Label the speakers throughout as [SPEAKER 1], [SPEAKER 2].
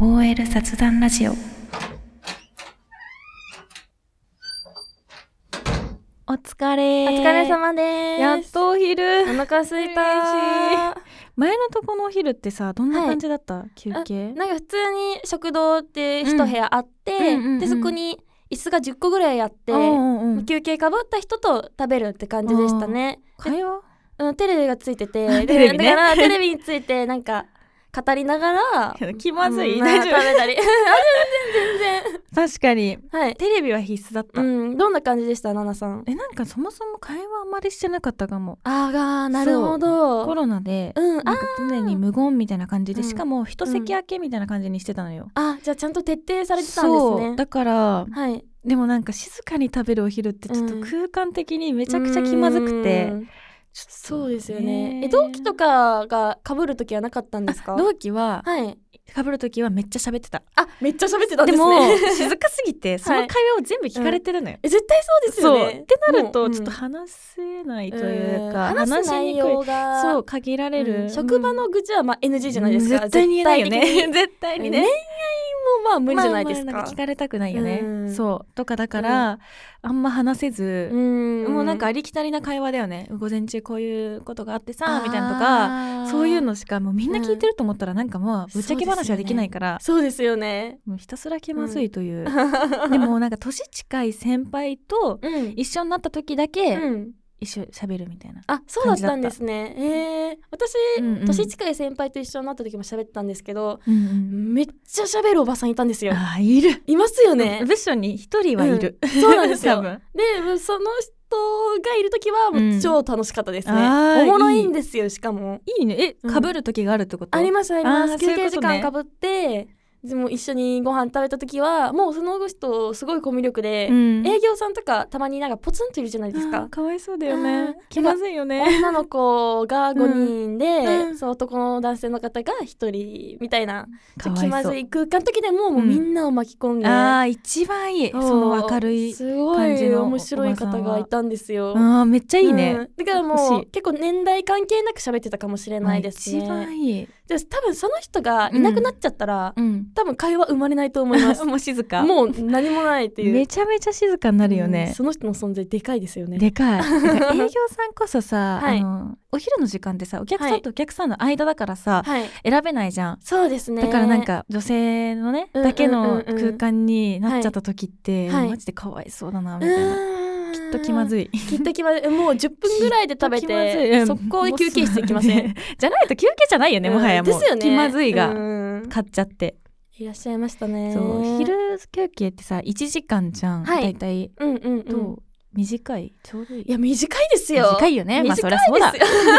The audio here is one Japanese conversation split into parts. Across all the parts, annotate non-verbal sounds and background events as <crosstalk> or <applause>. [SPEAKER 1] OL 雑談ラジオ
[SPEAKER 2] お疲れ
[SPEAKER 1] お疲れ様でーす
[SPEAKER 2] やっとお
[SPEAKER 1] お
[SPEAKER 2] 昼
[SPEAKER 1] 腹すいた
[SPEAKER 2] 嬉
[SPEAKER 1] ー
[SPEAKER 2] 前のとこのお昼ってさどんな
[SPEAKER 1] はい
[SPEAKER 2] 感じだった、休
[SPEAKER 1] あ
[SPEAKER 2] 憩
[SPEAKER 1] なんか普通に食堂って一部屋あって、
[SPEAKER 2] うんうんうんうん
[SPEAKER 1] でそこに椅子が10個ぐらいあって、
[SPEAKER 2] うんうんうん
[SPEAKER 1] 休憩かぶった人と食べるって感じでしたね、<laughs>
[SPEAKER 2] 会話
[SPEAKER 1] うん、テレビがついて <laughs> て
[SPEAKER 2] テレビね
[SPEAKER 1] だからテレビについてなんか語りながら
[SPEAKER 2] 気
[SPEAKER 1] うん <laughs> まあ食べたり <laughs> あ全然全然
[SPEAKER 2] 確
[SPEAKER 1] <laughs>
[SPEAKER 2] かに
[SPEAKER 1] はい
[SPEAKER 2] テレビは必須だった、
[SPEAKER 1] うんどんな感じでしたナナさん
[SPEAKER 2] えなんかそもそも会話あんまりしてなかったかも
[SPEAKER 1] あーなる
[SPEAKER 2] る
[SPEAKER 1] ほ
[SPEAKER 2] ほ
[SPEAKER 1] ど
[SPEAKER 2] コロナで
[SPEAKER 1] うん
[SPEAKER 2] な
[SPEAKER 1] あ
[SPEAKER 2] んか常に無言みたいな感じで、
[SPEAKER 1] うん
[SPEAKER 2] しかも一席空けみたいな感じにしてたのよ、
[SPEAKER 1] あじゃあちゃんと徹底されてたんです
[SPEAKER 2] そう
[SPEAKER 1] ね
[SPEAKER 2] だから
[SPEAKER 1] はい
[SPEAKER 2] でもなんか静かに食べるお昼ってちょっと
[SPEAKER 1] うん
[SPEAKER 2] 空間的にめちゃくちゃ気まずくて、
[SPEAKER 1] うん
[SPEAKER 2] ちょっと
[SPEAKER 1] そうですよね
[SPEAKER 2] ね
[SPEAKER 1] え同期とかが被る時はなかったんですか
[SPEAKER 2] 同期は
[SPEAKER 1] はい
[SPEAKER 2] かぶる時はめっちゃ喋ってた
[SPEAKER 1] あめっちゃ喋ってたん
[SPEAKER 2] で
[SPEAKER 1] です
[SPEAKER 2] も
[SPEAKER 1] ね
[SPEAKER 2] <laughs> 静かすぎてその会話を全部聞かれてるのよ。
[SPEAKER 1] <laughs> え絶対そうですよ
[SPEAKER 2] そう
[SPEAKER 1] ね
[SPEAKER 2] ってなる
[SPEAKER 1] も
[SPEAKER 2] と
[SPEAKER 1] う
[SPEAKER 2] ちょっと
[SPEAKER 1] うん
[SPEAKER 2] 話せないというか、
[SPEAKER 1] うん話す
[SPEAKER 2] し
[SPEAKER 1] 内
[SPEAKER 2] にくい
[SPEAKER 1] 容が
[SPEAKER 2] そう限られる、
[SPEAKER 1] うん職場の愚痴はまあ NG じゃないですか、
[SPEAKER 2] うん絶対に言えないよね
[SPEAKER 1] 絶 <laughs> 対的に
[SPEAKER 2] 絶対にね
[SPEAKER 1] 恋愛もまあ無理じゃないですか,、
[SPEAKER 2] まあまあん聞かれたくないよね、
[SPEAKER 1] うん
[SPEAKER 2] そうとかだから、あんま話せず、もうなんかあ
[SPEAKER 1] り
[SPEAKER 2] りきたりな会話だよね午前中こういうことがあってさみたいなとかそういうのしかもうみんな聞いてると思ったらなんかもうぶっちゃけ話はできないから、
[SPEAKER 1] そうですよね
[SPEAKER 2] もうひたすら気まずいという、 <laughs>
[SPEAKER 1] <laughs>
[SPEAKER 2] でもなんか年近い先輩と
[SPEAKER 1] うん
[SPEAKER 2] 一緒になった時だけ
[SPEAKER 1] うん
[SPEAKER 2] 一緒に喋るみたいな、
[SPEAKER 1] あそうだったんですねえー、私、
[SPEAKER 2] うんうん
[SPEAKER 1] 年近い先輩と一緒になった時も喋ったんですけど
[SPEAKER 2] うん
[SPEAKER 1] めっちゃ喋るおばさんいたんですよ
[SPEAKER 2] あーいる
[SPEAKER 1] いますよね
[SPEAKER 2] 部署に一人はいる、
[SPEAKER 1] そうなんですよ
[SPEAKER 2] <laughs> 多分
[SPEAKER 1] でもうその人がいる時はもう超楽しかったですね、
[SPEAKER 2] うんあー
[SPEAKER 1] おもろいんですよしかも
[SPEAKER 2] いいねえ
[SPEAKER 1] うん
[SPEAKER 2] かぶる時があるってこと、
[SPEAKER 1] ありますあります
[SPEAKER 2] あー
[SPEAKER 1] 休
[SPEAKER 2] そうい
[SPEAKER 1] 憩
[SPEAKER 2] うこ
[SPEAKER 1] 時
[SPEAKER 2] とね
[SPEAKER 1] 間かぶってでも一緒にご飯食べた時はもうその人すごいコミュ力で、
[SPEAKER 2] うん
[SPEAKER 1] 営業さんとかたまになんかポツンといるじゃないです
[SPEAKER 2] あ
[SPEAKER 1] か
[SPEAKER 2] ーかわいそうだ
[SPEAKER 1] あー
[SPEAKER 2] 気まずいよね
[SPEAKER 1] 女の子が5人で、
[SPEAKER 2] <laughs> うんうん
[SPEAKER 1] その男の男性の方が1人みたいなちょっと気
[SPEAKER 2] か
[SPEAKER 1] ま
[SPEAKER 2] わいそう
[SPEAKER 1] ずい空間の時でももううんみんなを巻き込んで、
[SPEAKER 2] あー一番いいそ
[SPEAKER 1] そう
[SPEAKER 2] の明るい
[SPEAKER 1] すご
[SPEAKER 2] 感じ
[SPEAKER 1] い
[SPEAKER 2] の
[SPEAKER 1] 面白い方がいたんですよ。
[SPEAKER 2] あーめっちゃいいね、
[SPEAKER 1] うんだから
[SPEAKER 2] 欲
[SPEAKER 1] も
[SPEAKER 2] し
[SPEAKER 1] う
[SPEAKER 2] い
[SPEAKER 1] 結構年代関係なく喋ってたかもしれないです
[SPEAKER 2] 一
[SPEAKER 1] ね。
[SPEAKER 2] 番いい、
[SPEAKER 1] で多分その人がいなくなっちゃったら、
[SPEAKER 2] うん、
[SPEAKER 1] 多分会話生まれないと思い
[SPEAKER 2] <laughs>
[SPEAKER 1] ます。
[SPEAKER 2] もう静か
[SPEAKER 1] もう何もないっていう。
[SPEAKER 2] めちゃめちゃ静かになるよ
[SPEAKER 1] うん
[SPEAKER 2] ね、
[SPEAKER 1] その人の存在でかいですよね。
[SPEAKER 2] で
[SPEAKER 1] <laughs>
[SPEAKER 2] かいだから営業さんこそさ、
[SPEAKER 1] はい
[SPEAKER 2] あのお昼の時間ってさお客さんとお客さんの間だからさ、
[SPEAKER 1] はい。
[SPEAKER 2] 選べないじゃん
[SPEAKER 1] そうですね。
[SPEAKER 2] だからなんか女性のね、
[SPEAKER 1] うん
[SPEAKER 2] だけの
[SPEAKER 1] うんうんうん
[SPEAKER 2] 空間になっちゃった時って、
[SPEAKER 1] はい
[SPEAKER 2] マジでかわいそうだな
[SPEAKER 1] う
[SPEAKER 2] みたいな、
[SPEAKER 1] ーん、
[SPEAKER 2] きっと気ま
[SPEAKER 1] い。
[SPEAKER 2] ずい
[SPEAKER 1] きっと気まずい。もう10分ぐらいで食べ
[SPEAKER 2] きっと気まずい
[SPEAKER 1] て、
[SPEAKER 2] うん
[SPEAKER 1] 速攻で休憩室行きません。
[SPEAKER 2] じゃないと休憩じゃ <laughs> ないよね、もはや
[SPEAKER 1] うん
[SPEAKER 2] も
[SPEAKER 1] で
[SPEAKER 2] う
[SPEAKER 1] すよね。
[SPEAKER 2] 気まずいが、
[SPEAKER 1] うん
[SPEAKER 2] 買っちゃって、
[SPEAKER 1] いらっしゃいましたね。
[SPEAKER 2] そう昼休憩ってさ1時間じゃん、
[SPEAKER 1] はい
[SPEAKER 2] 大体
[SPEAKER 1] うんうんうん
[SPEAKER 2] どう、短いちょうどいい
[SPEAKER 1] いや短いですよ。
[SPEAKER 2] 短いよねまあそりゃそうだ
[SPEAKER 1] 短いですよ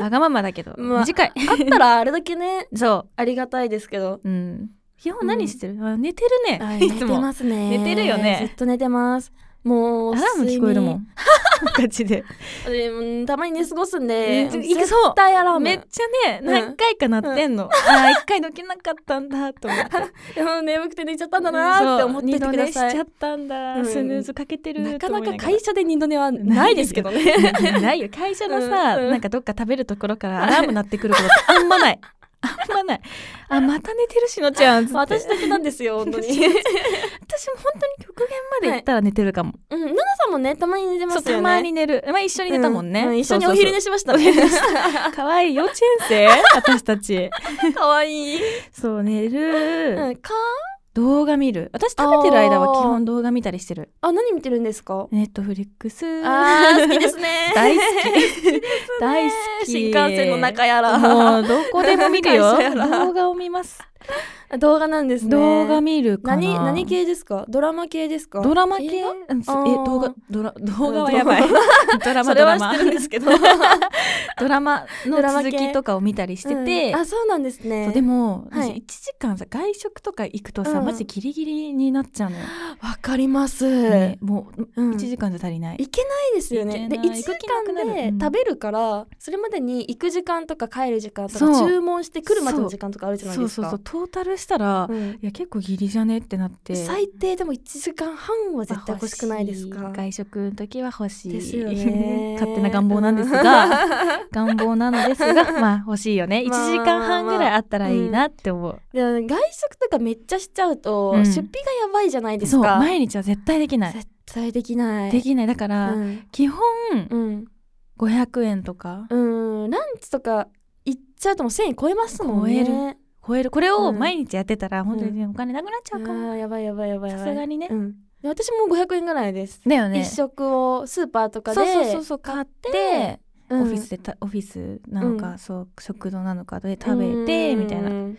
[SPEAKER 2] <laughs> わがままだけど、
[SPEAKER 1] まあ
[SPEAKER 2] 短い
[SPEAKER 1] あったらあれだけね
[SPEAKER 2] そ
[SPEAKER 1] ありがたいですけど。
[SPEAKER 2] ううん基本何してる、あ寝てるね、
[SPEAKER 1] あ
[SPEAKER 2] い
[SPEAKER 1] 寝
[SPEAKER 2] つ
[SPEAKER 1] て
[SPEAKER 2] も
[SPEAKER 1] ますね。
[SPEAKER 2] 寝てるよね
[SPEAKER 1] ずっと寝てます。もう
[SPEAKER 2] アラーム聞こえるもん <laughs> ガチで、
[SPEAKER 1] 睡眠。うんたまに寝過ごすんで。
[SPEAKER 2] うん
[SPEAKER 1] 絶
[SPEAKER 2] そう
[SPEAKER 1] 対アラーム。
[SPEAKER 2] めっちゃね
[SPEAKER 1] うん
[SPEAKER 2] 何回か鳴ってんの、ああ一回どけなかったんだと思って
[SPEAKER 1] でも眠くて寝ちゃったんだなーって思っててくださ
[SPEAKER 2] そう二度寝し
[SPEAKER 1] い
[SPEAKER 2] ちゃ。ったんだ、
[SPEAKER 1] うん
[SPEAKER 2] スヌーズかけてる
[SPEAKER 1] なか
[SPEAKER 2] と思
[SPEAKER 1] ないか
[SPEAKER 2] がら
[SPEAKER 1] 会社で二度寝はないですけどね。
[SPEAKER 2] <laughs> ないよ会社のさ、
[SPEAKER 1] うんうん
[SPEAKER 2] なんかどっか食べるところからアラーム鳴ってくることってあんまないあんまないあまた寝てるしのちゃんっつっ
[SPEAKER 1] <laughs>
[SPEAKER 2] て
[SPEAKER 1] 私だけなんですよ本当
[SPEAKER 2] <laughs>
[SPEAKER 1] に。
[SPEAKER 2] 私も本当に極限まで行ったら寝てるかも、
[SPEAKER 1] うん、奈々さんもねたまに寝てま
[SPEAKER 2] そう
[SPEAKER 1] すよね。
[SPEAKER 2] たまに寝る、まあ、一緒に寝たもんね、
[SPEAKER 1] うう一緒にお昼寝しましたね。
[SPEAKER 2] <laughs>
[SPEAKER 1] <laughs>
[SPEAKER 2] 寝かわいい幼稚園生私たち
[SPEAKER 1] 可愛いい。
[SPEAKER 2] そう寝る、
[SPEAKER 1] うん、か
[SPEAKER 2] 動画見る私食べてる間は基本動画見たりしてる
[SPEAKER 1] あ何見てるんですか。
[SPEAKER 2] ネットフリックス
[SPEAKER 1] あー好きですね。
[SPEAKER 2] <laughs> 大好き
[SPEAKER 1] <laughs>
[SPEAKER 2] 大好き
[SPEAKER 1] 新幹線の中や
[SPEAKER 2] も
[SPEAKER 1] ら。
[SPEAKER 2] うどこでも見るよ
[SPEAKER 1] 会社やら
[SPEAKER 2] 動画を見ます
[SPEAKER 1] 動画なんですね。
[SPEAKER 2] 動画見るかな
[SPEAKER 1] 何何系ですか。ドラマ系ですか。
[SPEAKER 2] ドラマ系
[SPEAKER 1] 映画
[SPEAKER 2] うんそ
[SPEAKER 1] あ
[SPEAKER 2] え
[SPEAKER 1] ー
[SPEAKER 2] 動画ドラ動画はや
[SPEAKER 1] <laughs>
[SPEAKER 2] ばい
[SPEAKER 1] うん
[SPEAKER 2] ドラマ
[SPEAKER 1] それ
[SPEAKER 2] ドラ
[SPEAKER 1] は知っ
[SPEAKER 2] マ
[SPEAKER 1] てるんです
[SPEAKER 2] <laughs>
[SPEAKER 1] けど。
[SPEAKER 2] ドラマ
[SPEAKER 1] ドラ
[SPEAKER 2] の
[SPEAKER 1] マ
[SPEAKER 2] 続
[SPEAKER 1] 系
[SPEAKER 2] きとかを見たりしてて、
[SPEAKER 1] うんあそうなんですね。
[SPEAKER 2] そうでも、
[SPEAKER 1] はい
[SPEAKER 2] 私1時間さ外食とか行くとさ、
[SPEAKER 1] うん
[SPEAKER 2] マジギリギリになっちゃうのよ、
[SPEAKER 1] わかります。
[SPEAKER 2] ねもう
[SPEAKER 1] うん
[SPEAKER 2] 1時間じゃ足りない、
[SPEAKER 1] いけないですよね。
[SPEAKER 2] い
[SPEAKER 1] で
[SPEAKER 2] け
[SPEAKER 1] 1
[SPEAKER 2] ない
[SPEAKER 1] 時
[SPEAKER 2] 行く気なくな
[SPEAKER 1] 間
[SPEAKER 2] る
[SPEAKER 1] で
[SPEAKER 2] うん
[SPEAKER 1] 食べるから、それまでに行く時間とか帰る時間と
[SPEAKER 2] そ
[SPEAKER 1] か
[SPEAKER 2] う
[SPEAKER 1] 注文してくるまで
[SPEAKER 2] そ
[SPEAKER 1] の
[SPEAKER 2] う
[SPEAKER 1] 時間とかあるじゃない
[SPEAKER 2] そ
[SPEAKER 1] で
[SPEAKER 2] う
[SPEAKER 1] す
[SPEAKER 2] そう
[SPEAKER 1] か。
[SPEAKER 2] そうトータルしたら、
[SPEAKER 1] う
[SPEAKER 2] い
[SPEAKER 1] ん
[SPEAKER 2] や結構ギリじゃねってなって
[SPEAKER 1] 最低でも1時間半は絶対欲しくないですか
[SPEAKER 2] 欲しい外食の時は欲しい
[SPEAKER 1] ですよね
[SPEAKER 2] <laughs> 勝手な願望なんです
[SPEAKER 1] <laughs>
[SPEAKER 2] が願望なのですがまあ欲しいよね1
[SPEAKER 1] まあ
[SPEAKER 2] 時間半ぐらいあったらいいなって思う、
[SPEAKER 1] でも外食とかめっちゃしちゃうと、
[SPEAKER 2] うん
[SPEAKER 1] 出費がやばいじゃないです
[SPEAKER 2] そう
[SPEAKER 1] か
[SPEAKER 2] 毎日は絶対できない
[SPEAKER 1] 絶対できない
[SPEAKER 2] できないだから、
[SPEAKER 1] うん
[SPEAKER 2] 基本
[SPEAKER 1] うん
[SPEAKER 2] 500円とか
[SPEAKER 1] うんランチとか行っちゃうともう1000円超えますもんね
[SPEAKER 2] 超
[SPEAKER 1] える
[SPEAKER 2] 超えるこれを
[SPEAKER 1] うん
[SPEAKER 2] 毎日やってたら本当にお金なくなっちゃうかも、
[SPEAKER 1] あーやばいやばいやばいやばい
[SPEAKER 2] さすがにね
[SPEAKER 1] うん、で私も500円ぐらいです、
[SPEAKER 2] だよね
[SPEAKER 1] 一食をスーパーとかで
[SPEAKER 2] そうそうそうそう買って、
[SPEAKER 1] うん
[SPEAKER 2] オフィスでたオフィスなのか、
[SPEAKER 1] うん
[SPEAKER 2] そう食堂なのかで食べて、みたいな
[SPEAKER 1] うん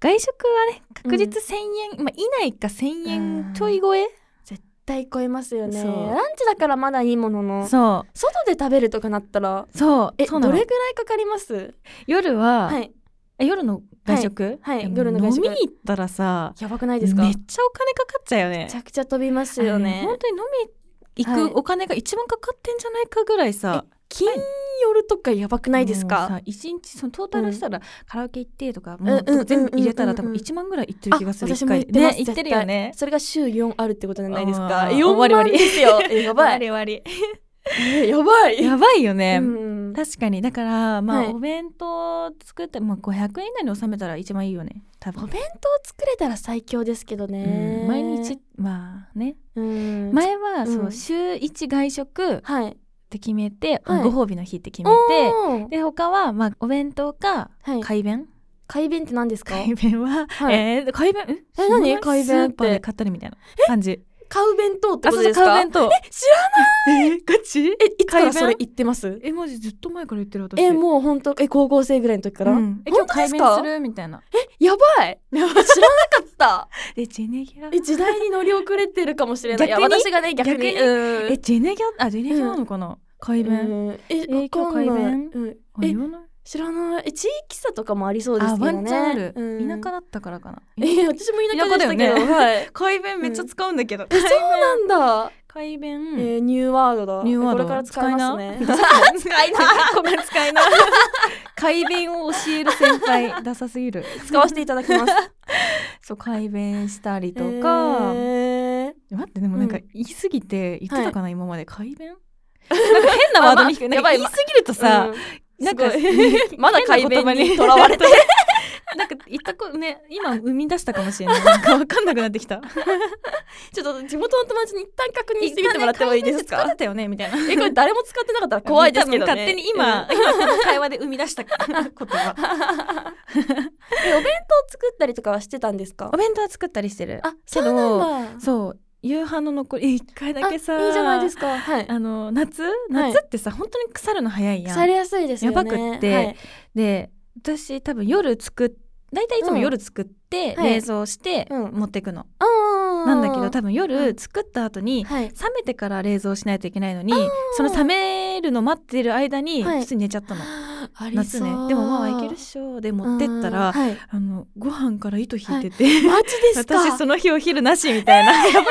[SPEAKER 2] 外食はね確実1,000円、まあ、以内か1,000円ちょい超え、
[SPEAKER 1] 絶対超えますよね
[SPEAKER 2] そう
[SPEAKER 1] ランチだからまだいいものの
[SPEAKER 2] そ
[SPEAKER 1] 外で食べるとかなったら
[SPEAKER 2] うそう
[SPEAKER 1] え
[SPEAKER 2] そ
[SPEAKER 1] ど
[SPEAKER 2] うなの
[SPEAKER 1] れぐらいかかります
[SPEAKER 2] 夜は、
[SPEAKER 1] はい
[SPEAKER 2] え夜の外食、
[SPEAKER 1] はいはい
[SPEAKER 2] でも
[SPEAKER 1] 夜の外食
[SPEAKER 2] 飲みに行ったらさ
[SPEAKER 1] やばくない
[SPEAKER 2] め
[SPEAKER 1] で
[SPEAKER 2] っち
[SPEAKER 1] す
[SPEAKER 2] ゃお
[SPEAKER 1] か
[SPEAKER 2] 金
[SPEAKER 1] め
[SPEAKER 2] かかっちゃうよね
[SPEAKER 1] ちゃくちゃ飛びますよ
[SPEAKER 2] あれ
[SPEAKER 1] ね
[SPEAKER 2] 本当に飲み
[SPEAKER 1] はい
[SPEAKER 2] 行くお金が一番かかってんじゃないかぐらいさ、
[SPEAKER 1] 金夜とかやばくないです
[SPEAKER 2] もう
[SPEAKER 1] か
[SPEAKER 2] さ一日そのトータルしたら、カラオケ行ってとか
[SPEAKER 1] ん
[SPEAKER 2] もうとか全部入れたら
[SPEAKER 1] うんう
[SPEAKER 2] 多
[SPEAKER 1] んうん
[SPEAKER 2] 分1万ぐらいいってる気がする
[SPEAKER 1] あ私
[SPEAKER 2] 一
[SPEAKER 1] も
[SPEAKER 2] 回
[SPEAKER 1] 行ってます
[SPEAKER 2] ね行ってるよね
[SPEAKER 1] それが週4あるってことじゃないです
[SPEAKER 2] あ
[SPEAKER 1] か
[SPEAKER 2] ー
[SPEAKER 1] 4
[SPEAKER 2] 終わ
[SPEAKER 1] 万
[SPEAKER 2] り
[SPEAKER 1] ですよえ <laughs> やばい
[SPEAKER 2] 終わり終
[SPEAKER 1] えやばい
[SPEAKER 2] <laughs> わりやばいよね、
[SPEAKER 1] うん
[SPEAKER 2] 確かにだからまあ、
[SPEAKER 1] はい
[SPEAKER 2] お弁当作って、まあ、500円以内に収めたら一番いいよね多
[SPEAKER 1] お
[SPEAKER 2] 分、
[SPEAKER 1] 弁当作れたら最強ですけどね、
[SPEAKER 2] うん毎日まあね
[SPEAKER 1] うん
[SPEAKER 2] 前はそう、
[SPEAKER 1] うん
[SPEAKER 2] 週1外食っ
[SPEAKER 1] はい
[SPEAKER 2] て決めて、
[SPEAKER 1] はい
[SPEAKER 2] ご褒美の日って決めて
[SPEAKER 1] おー
[SPEAKER 2] で他はまあお弁当か
[SPEAKER 1] はい
[SPEAKER 2] 改弁
[SPEAKER 1] 改弁って何ですか
[SPEAKER 2] 改弁は、
[SPEAKER 1] はい
[SPEAKER 2] えー改弁え
[SPEAKER 1] 何改弁って
[SPEAKER 2] スーパーで買ったりみたいな感じ
[SPEAKER 1] 買う弁当ってことです
[SPEAKER 2] あ
[SPEAKER 1] か
[SPEAKER 2] そうそう買う弁
[SPEAKER 1] 知ら
[SPEAKER 2] 当えーガチ
[SPEAKER 1] えいつから
[SPEAKER 2] 改弁
[SPEAKER 1] それ言ってます
[SPEAKER 2] えマジずっと前から言ってる私
[SPEAKER 1] えもう本当え高校生ぐらいの時から、
[SPEAKER 2] うんえ今日改弁するみたいな
[SPEAKER 1] やばい知らなかった
[SPEAKER 2] えジェネギャ
[SPEAKER 1] <laughs> え時代に乗り遅れてるかもしれないいや
[SPEAKER 2] 逆に
[SPEAKER 1] 私がね逆に
[SPEAKER 2] 逆に
[SPEAKER 1] うん
[SPEAKER 2] えジェネギャあジェネギャなのかな、改弁、
[SPEAKER 1] うんえ
[SPEAKER 2] 今
[SPEAKER 1] わ
[SPEAKER 2] 日
[SPEAKER 1] かんない
[SPEAKER 2] 改弁
[SPEAKER 1] うん
[SPEAKER 2] あ
[SPEAKER 1] え
[SPEAKER 2] 言わない
[SPEAKER 1] 知らないえ地域差とかもありそうです
[SPEAKER 2] あ
[SPEAKER 1] けど
[SPEAKER 2] ワ
[SPEAKER 1] ね
[SPEAKER 2] ンチャンある、
[SPEAKER 1] うん
[SPEAKER 2] 田舎だったからかな
[SPEAKER 1] え私も田舎でしたけど、
[SPEAKER 2] 田舎だよね
[SPEAKER 1] はい
[SPEAKER 2] 改弁使うんだけど、
[SPEAKER 1] <laughs> そうなんだ、
[SPEAKER 2] <laughs> 改弁、
[SPEAKER 1] えー
[SPEAKER 2] <laughs>
[SPEAKER 1] ニューワードだ
[SPEAKER 2] ニューワー
[SPEAKER 1] こ
[SPEAKER 2] ド
[SPEAKER 1] れから使いますね
[SPEAKER 2] 使いなごめん使いな <laughs> 改弁を教える先輩ダサすぎる
[SPEAKER 1] 使わせていただきます
[SPEAKER 2] <laughs> そう改弁したりと
[SPEAKER 1] え
[SPEAKER 2] か、
[SPEAKER 1] ー
[SPEAKER 2] 待ってでもなんか
[SPEAKER 1] う
[SPEAKER 2] 言い過ぎて言ってたかな、今まで改弁なんか変なワードに、
[SPEAKER 1] まあ
[SPEAKER 2] なん
[SPEAKER 1] や
[SPEAKER 2] か
[SPEAKER 1] ばい
[SPEAKER 2] 言い過ぎるとさ、
[SPEAKER 1] うん
[SPEAKER 2] なんか
[SPEAKER 1] すご <laughs> いまだ改弁にとらわれて
[SPEAKER 2] なんか言ったこね今生み出したかもしれないなんかわかんなくなってきた
[SPEAKER 1] ちょっと地元の友達に一旦確認してみてもらってもいいです
[SPEAKER 2] 改弁使
[SPEAKER 1] か
[SPEAKER 2] ってたよねみたいな
[SPEAKER 1] <laughs> えこれ誰も使ってなかったら怖いですけどね
[SPEAKER 2] 多分勝手に今、
[SPEAKER 1] うん
[SPEAKER 2] 今この会話で生み出した言葉
[SPEAKER 1] えお弁当作ったりとかはしてたんですか
[SPEAKER 2] お弁当は作ったりしてる
[SPEAKER 1] あそうなんだ
[SPEAKER 2] そう夕飯の残りえ一回だけさ
[SPEAKER 1] あいいじゃないです
[SPEAKER 2] か
[SPEAKER 1] かはい
[SPEAKER 2] あの夏夏ってさ、本当に腐るの早いや
[SPEAKER 1] 腐
[SPEAKER 2] ん
[SPEAKER 1] りやすいですよね
[SPEAKER 2] やばくって
[SPEAKER 1] はい
[SPEAKER 2] で私多分夜作っ大体いつも夜作って、
[SPEAKER 1] うんはい
[SPEAKER 2] 冷蔵して
[SPEAKER 1] うん
[SPEAKER 2] 持ってくの、
[SPEAKER 1] あー
[SPEAKER 2] なんだけど多分
[SPEAKER 1] う
[SPEAKER 2] 夜
[SPEAKER 1] ん
[SPEAKER 2] 作った後に、
[SPEAKER 1] はい
[SPEAKER 2] 冷めてから冷蔵しないといけないのにその冷めるの待ってる間に
[SPEAKER 1] はい
[SPEAKER 2] 普通に寝ちゃったの、
[SPEAKER 1] ありそう
[SPEAKER 2] 夏ねでもまあいけるっしょで持ってった
[SPEAKER 1] うん
[SPEAKER 2] ら
[SPEAKER 1] はい
[SPEAKER 2] あのご飯から糸引いてて、 <laughs>
[SPEAKER 1] マジですか
[SPEAKER 2] 私その日お昼なしみたい
[SPEAKER 1] <laughs>
[SPEAKER 2] な、やばくない
[SPEAKER 1] 悲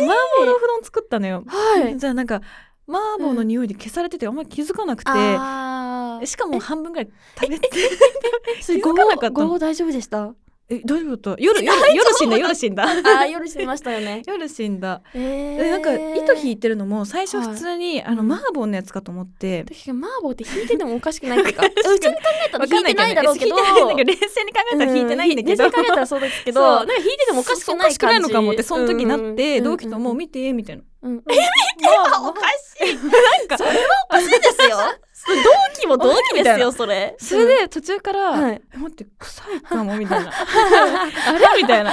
[SPEAKER 1] しい
[SPEAKER 2] 麻婆豆腐丼作ったのよ、
[SPEAKER 1] はい
[SPEAKER 2] じゃあなんか麻婆の匂いで消されててあんまり気づかなくて、
[SPEAKER 1] あー
[SPEAKER 2] しかも半分ぐらい食べて
[SPEAKER 1] それ
[SPEAKER 2] 気づかなかった
[SPEAKER 1] 午後午後大丈夫でしたあ
[SPEAKER 2] え大丈夫だった夜夜夜死んだ夜死んだ <laughs>
[SPEAKER 1] ー夜してましたよね
[SPEAKER 2] 夜死んだ、
[SPEAKER 1] え
[SPEAKER 2] で
[SPEAKER 1] ー
[SPEAKER 2] なんか糸引いてるのも最初普通に、あ
[SPEAKER 1] うん
[SPEAKER 2] の麻婆のやつかと思って
[SPEAKER 1] 確かに麻婆って引いててもおかしくないって
[SPEAKER 2] <laughs>
[SPEAKER 1] いうか普通
[SPEAKER 2] かに
[SPEAKER 1] に考えたら引いてないだろうけど
[SPEAKER 2] わかんないけどね引いてないんだけど冷静に考えたら引いてないんだけど、
[SPEAKER 1] う冷静に考えたらそうですけどな
[SPEAKER 2] そう
[SPEAKER 1] んか引いててもおかしくない感じ
[SPEAKER 2] そうおかしくないのかもってその時になって、同期ともう見てみたいな
[SPEAKER 1] うんうんうん
[SPEAKER 2] あ
[SPEAKER 1] おか
[SPEAKER 2] しいなんか
[SPEAKER 1] おかしいですよ同期も同期ですよそれ
[SPEAKER 2] <laughs> それで途中から、
[SPEAKER 1] はい
[SPEAKER 2] え待って臭いかもみたいなあれみたいな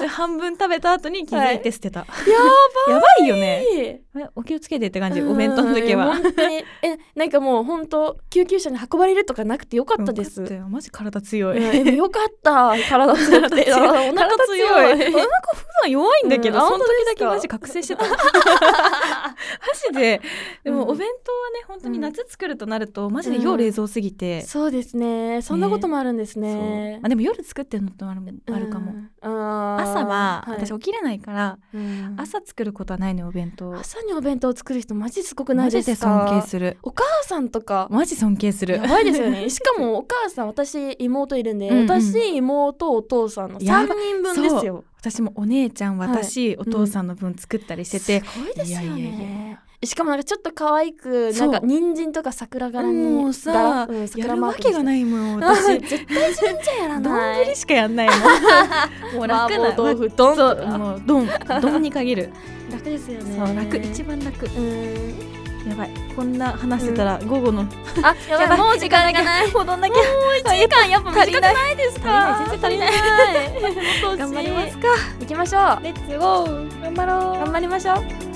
[SPEAKER 2] で半分食べた後に気づいて捨てた、やばいよね
[SPEAKER 1] い
[SPEAKER 2] えお気をつけてって感じお弁当の時
[SPEAKER 1] う
[SPEAKER 2] は
[SPEAKER 1] ん。本当にえなんかもう本当救急車に運ばれるとかなくてよかったで
[SPEAKER 2] よ
[SPEAKER 1] す。
[SPEAKER 2] かったよマジ体強
[SPEAKER 1] う
[SPEAKER 2] い、 <laughs>
[SPEAKER 1] んえよかった体強くてあー
[SPEAKER 2] 体
[SPEAKER 1] お腹強い <laughs>
[SPEAKER 2] 体強お腹普段弱いんだけど、
[SPEAKER 1] うんあ
[SPEAKER 2] その
[SPEAKER 1] 本当で
[SPEAKER 2] 時だ
[SPEAKER 1] すか
[SPEAKER 2] けマジ覚醒し
[SPEAKER 1] <laughs>
[SPEAKER 2] てたマジでで
[SPEAKER 1] う
[SPEAKER 2] も
[SPEAKER 1] ん
[SPEAKER 2] お弁当はね本当に夏作るとなるとマジでよう冷蔵すぎて、
[SPEAKER 1] そうですねそんなこともあるんです
[SPEAKER 2] そう
[SPEAKER 1] ね
[SPEAKER 2] あでも夜作ってるのとあるもあるかも、
[SPEAKER 1] うんあ
[SPEAKER 2] 朝
[SPEAKER 1] 朝
[SPEAKER 2] は私起きれないから、
[SPEAKER 1] うん
[SPEAKER 2] 朝作ることはないのお弁当
[SPEAKER 1] 朝にお弁当を作る人マジすごくな
[SPEAKER 2] マ
[SPEAKER 1] いで
[SPEAKER 2] ジです
[SPEAKER 1] か
[SPEAKER 2] 尊敬する
[SPEAKER 1] お母さんとか
[SPEAKER 2] マジ尊敬する
[SPEAKER 1] やばいですよ
[SPEAKER 2] <laughs>
[SPEAKER 1] ねしかもお母さん私妹いるんで、
[SPEAKER 2] うんうん
[SPEAKER 1] 私妹お父さんの
[SPEAKER 2] や
[SPEAKER 1] 3
[SPEAKER 2] ば
[SPEAKER 1] 人分ですよ
[SPEAKER 2] 私もお姉ちゃん
[SPEAKER 1] はい
[SPEAKER 2] 私、お父さんの分作ったりしてて、
[SPEAKER 1] すごいですよね
[SPEAKER 2] いやいやいや
[SPEAKER 1] しかもなんかちょっと可愛くなんか
[SPEAKER 2] そう
[SPEAKER 1] 人参とか桜柄に
[SPEAKER 2] もうさ、
[SPEAKER 1] 柄うん桜
[SPEAKER 2] やる
[SPEAKER 1] マ
[SPEAKER 2] わ
[SPEAKER 1] ークにして
[SPEAKER 2] けがないもん
[SPEAKER 1] 私
[SPEAKER 2] 私
[SPEAKER 1] <laughs> 絶対自分じゃやらな
[SPEAKER 2] 丼
[SPEAKER 1] い
[SPEAKER 2] しかやん
[SPEAKER 1] <laughs>
[SPEAKER 2] ないもんもう楽な
[SPEAKER 1] 麻婆豆腐丼
[SPEAKER 2] そ
[SPEAKER 1] と
[SPEAKER 2] う
[SPEAKER 1] か
[SPEAKER 2] もう
[SPEAKER 1] <laughs>
[SPEAKER 2] 丼丼に限る
[SPEAKER 1] 楽ですよね
[SPEAKER 2] そう楽一番楽
[SPEAKER 1] うん
[SPEAKER 2] やばいこんな話してたら、午後の
[SPEAKER 1] あやばい
[SPEAKER 2] やばい
[SPEAKER 1] もう時間がない
[SPEAKER 2] ほどなきゃ
[SPEAKER 1] 時間やっぱ
[SPEAKER 2] 足り
[SPEAKER 1] 短く
[SPEAKER 2] な
[SPEAKER 1] ない
[SPEAKER 2] いです
[SPEAKER 1] か
[SPEAKER 2] 全然足りない
[SPEAKER 1] ない
[SPEAKER 2] <laughs> 頑張ります
[SPEAKER 1] か行きましょう
[SPEAKER 2] レッツゴー頑張ろう
[SPEAKER 1] 頑張りましょう